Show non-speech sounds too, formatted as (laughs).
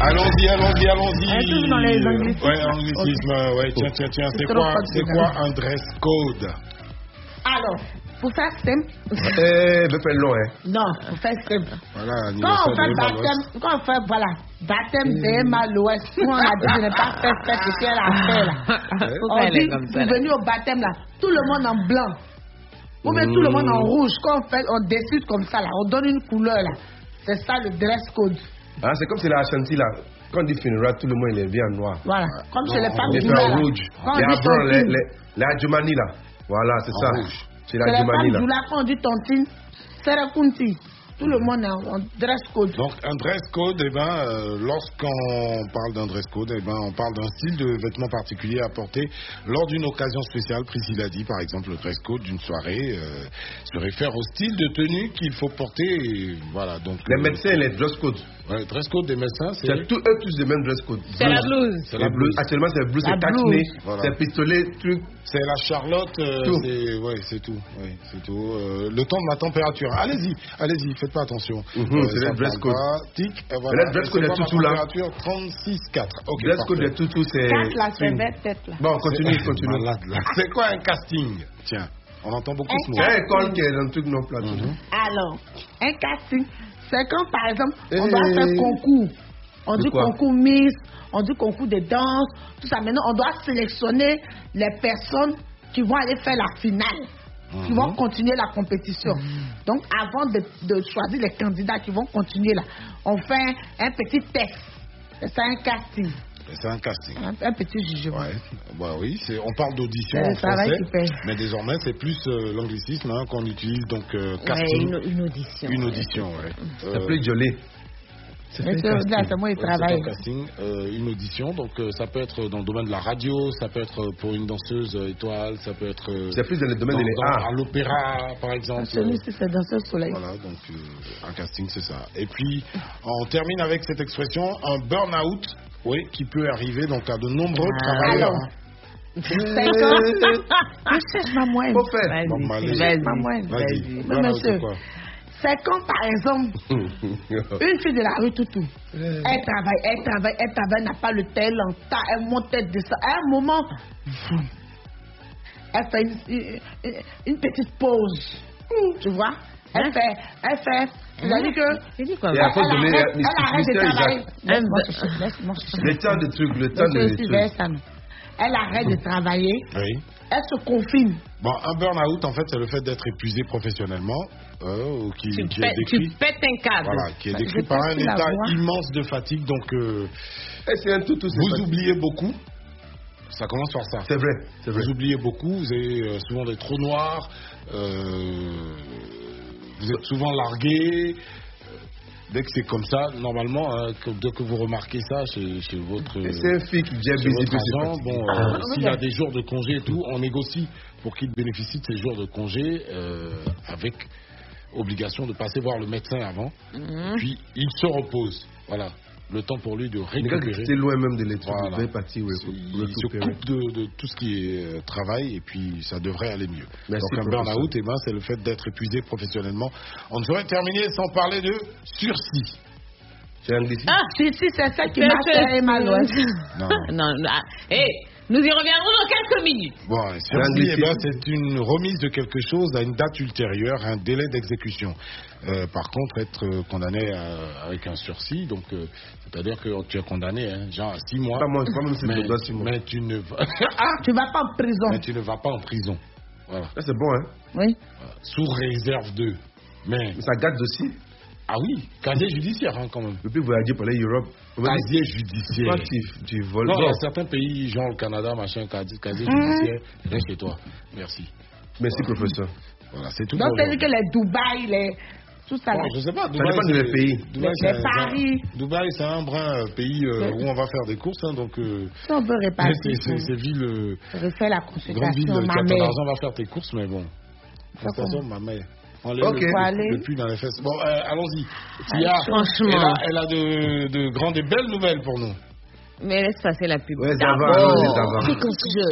Allons-y, allons-y, allons-y. Ah, toujours dans les anglicismes. Ouais, anglicisme, ouais. Tiens, tiens, tiens. C'est trop quoi, fort, c'est c'est quoi un dress code Alors, pour faire simple, Eh, Bepel, non, hein. non, pour faire simple. Voilà, Quand l'anniversaire de Emma Loest. on fait baptême, quand on fait, voilà, Mm. baptême d'Emma Loest, nous on a dit de ne pas faire fête ce qu'elle a fait (laughs) là. Pourquoi on elle est dit, comme ça, vous là venez au baptême là, tout le monde en blanc. On met tout le monde en rouge. Quand on fait, on décide comme ça là, on donne une couleur là. C'est ça le dress code. Ah, c'est comme si la Ashanti, là. Quand on dit funérail, tout le monde il est bien noir. Voilà. Comme chez les femmes Les du femmes Nord, là. rouges. Quand on Les dit Afghans, les, tontine, les, les Adjumani, là. Voilà, c'est ça. C'est chez les l'Adjumani, femmes là. du Nord, quand on dit tontine, c'est la kunti. Tout le monde en, en dress code. Donc un dress code, eh ben, euh, lorsqu'on parle d'un dress code, eh ben, on parle d'un style de vêtement particulier à porter lors d'une occasion spéciale. Priscilla dit par exemple le dress code d'une soirée euh, se réfère au style de tenue qu'il faut porter. et voilà donc. Les euh, médecins, les dress codes. ouais, dress code des médecins, c'est. C'est tous eux tous les mêmes dress codes. C'est la blouse. C'est Les la bleus, blouse. Actuellement, c'est bleu, La c'est tachiné, blouse. Voilà. c'est pistolet, truc. C'est la Charlotte. euh, Tout. c'est ouais, c'est tout. ouais, c'est tout. Euh, le temps de la température. Allez-y, allez-y, faites pas attention. Euh, Mhm, c'est ça le dress parle code. pas. Tic. et Mais voilà. le dress Et code c'est est quoi ma tout, tout, là. Température 36,4. Ok, Dress code, parfait. les tout, c'est. Casse la string. serviette tête là. Bon, continue, C'est- continue. Malade, là. C'est quoi un casting Tiens, on entend beaucoup ce mot. C'est un col qui est un truc non plat. Mhm. toujours. Alors, un casting, c'est quand par exemple, on Eh. doit faire concours. On De dit quoi concours Miss, on dit concours de danse, tout ça. Maintenant, on doit sélectionner les personnes qui vont aller faire la finale, qui vont continuer la compétition. Donc, avant de, de choisir les candidats qui vont continuer là, on fait un petit test. C'est un casting, C'est un casting. un, un petit jugement. Ouais. Bah oui, c'est- on parle d'audition C'est en le travail français, qui paye. mais désormais c'est plus euh, l'anglicisme hein, qu'on utilise donc euh, Ouais, casting, une, une audition. une audition. ouais. C'est Euh, plus joli. C'est Mais c'est- là, c'est moi Ouais, qui c'est travaille. un casting, euh, une audition. Donc euh, ça peut être dans le domaine de la radio, ça peut être pour une danseuse euh, étoile, ça peut être. euh, C'est plus dans le domaine dans- des dans- arts. À l'opéra, par exemple. Celui-ci, c'est dans ce soleil. Voilà, donc euh, un casting, c'est ça. Et puis, on termine avec cette expression, un burn-out, oui, qui peut arriver donc à de nombreux Ah, travailleurs. Alors, c'est (laughs) quand... Je cherche ma moelle. Faut faire. Vas-y, Bon, bah, allez. vas-y, Maman, Vas-y, vas-y. Mais burn-out, monsieur. c'est quoi (laughs) C'est quand, par exemple, une fille de la rue Toutou, elle travaille, elle travaille, elle travaille, n'a pas le tel temps, elle monte, elle descend. À un moment, vroom, elle fait une, une- une- une petite pause. Tu vois Elle fait, elle fait. C'est-à-dire que. Tu dis quoi Et Elle après, vous voulez, arrête- euh, elle arrête de Mister Isaac. travailler. Hmm. Un Laisse-moi peu. chercher, laisse-moi chercher. Le temps de trucs, le temps Monsieur, de aussi, trucs. vers ça, non. Elle arrête de travailler, Oui. elle se confine. Bon, un burn-out, en fait, c'est le fait d'être épuisé professionnellement, euh, ou qui, Tu, qui pètes- est tu décrit. pètes un câble. Voilà, qui est Je décrit pense par un qu'il la état voit. immense de fatigue. Donc, euh, Eh, C'est un tout, tout, c'est vous pas- oubliez beaucoup. Ça commence par ça. C'est vrai, c'est vrai. Vous oubliez beaucoup, vous avez euh, souvent des trous noirs, euh, vous êtes souvent largué. Euh, Dès que c'est comme ça, normalement, hein, que- dès que vous remarquez ça chez, chez votre, Et C'est un fille qui vient chez votre visiter ses agent, parties. bon, euh, s'il a des jours de congé et tout, on négocie pour qu'il bénéficie de ces jours de congé euh, avec obligation de passer voir le médecin avant. Puis il se repose. Voilà, le temps pour lui de Mais quand récupérer. c'est loin même de l'étude, Voilà. il va y partir, oui, pour Il se récupérer. coupe de, de tout ce qui est euh, travail et puis ça devrait aller mieux. Merci, Donc un professeur. burn-out, eh ben, c'est le fait d'être épuisé professionnellement. On ne saurait terminer sans parler de sursis. C'est un défi. Ah, Si, si, c'est ça qui c'est- marche, c'est- elle est malheureuse. Non. (laughs) Non, non, ah, hé, nous y reviendrons dans quelques minutes. (laughs) Bon, un sursis, Lucie. eh ben, c'est une remise de quelque chose à une date ultérieure, un délai d'exécution. Euh, par contre, être euh, condamné à- avec un sursis, donc euh, c'est-à-dire que tu es condamné, hein, genre à six mois. Pas moi, pas même si mais, tu dois six mois. mais tu ne vas, (laughs) ah, Tu vas pas en prison. mais tu ne vas pas en prison. Voilà. Ça, c'est bon, hein. Oui. Sous réserve de. Mais Mais Ça gâte aussi. Ah oui, casier judiciaire hein, quand même. Depuis, vous avez dit pour l'Europe. on va dire, Casier judiciaire. Toi, tu, tu voles. Non, il y Non, a certains pays, genre le Canada, machin, casier, casier judiciaire, reste chez toi. Merci. Merci, professeur. Voilà, c'est tout. Donc, pour c'est-à-dire aujourd'hui. que les Dubaï, les... tout ça, là, Bon, je sais pas, dépend c'est- des pays. Dubaï, Mais- c'est mais un- Paris. Dubaï, c'est un brin euh, pays euh, où on va faire des courses, hein, donc. euh, si on veut mais réparer, c'est- c'est c'est ville, euh, refait la grande ville, consultation, euh, qui ma a pas mère. d'argent, va faire tes courses, mais bon. Ça, Attention, ma mère. Enlève Ok. le, Faut aller. le pull dans les fesses. Bon, euh, allons-y. Tia, franchement. elle a, elle a de, de grandes et belles nouvelles pour nous. Mais laisse passer la pub. Ouais, ça va, D'abord. ouais, ça va. Fais qu'on se-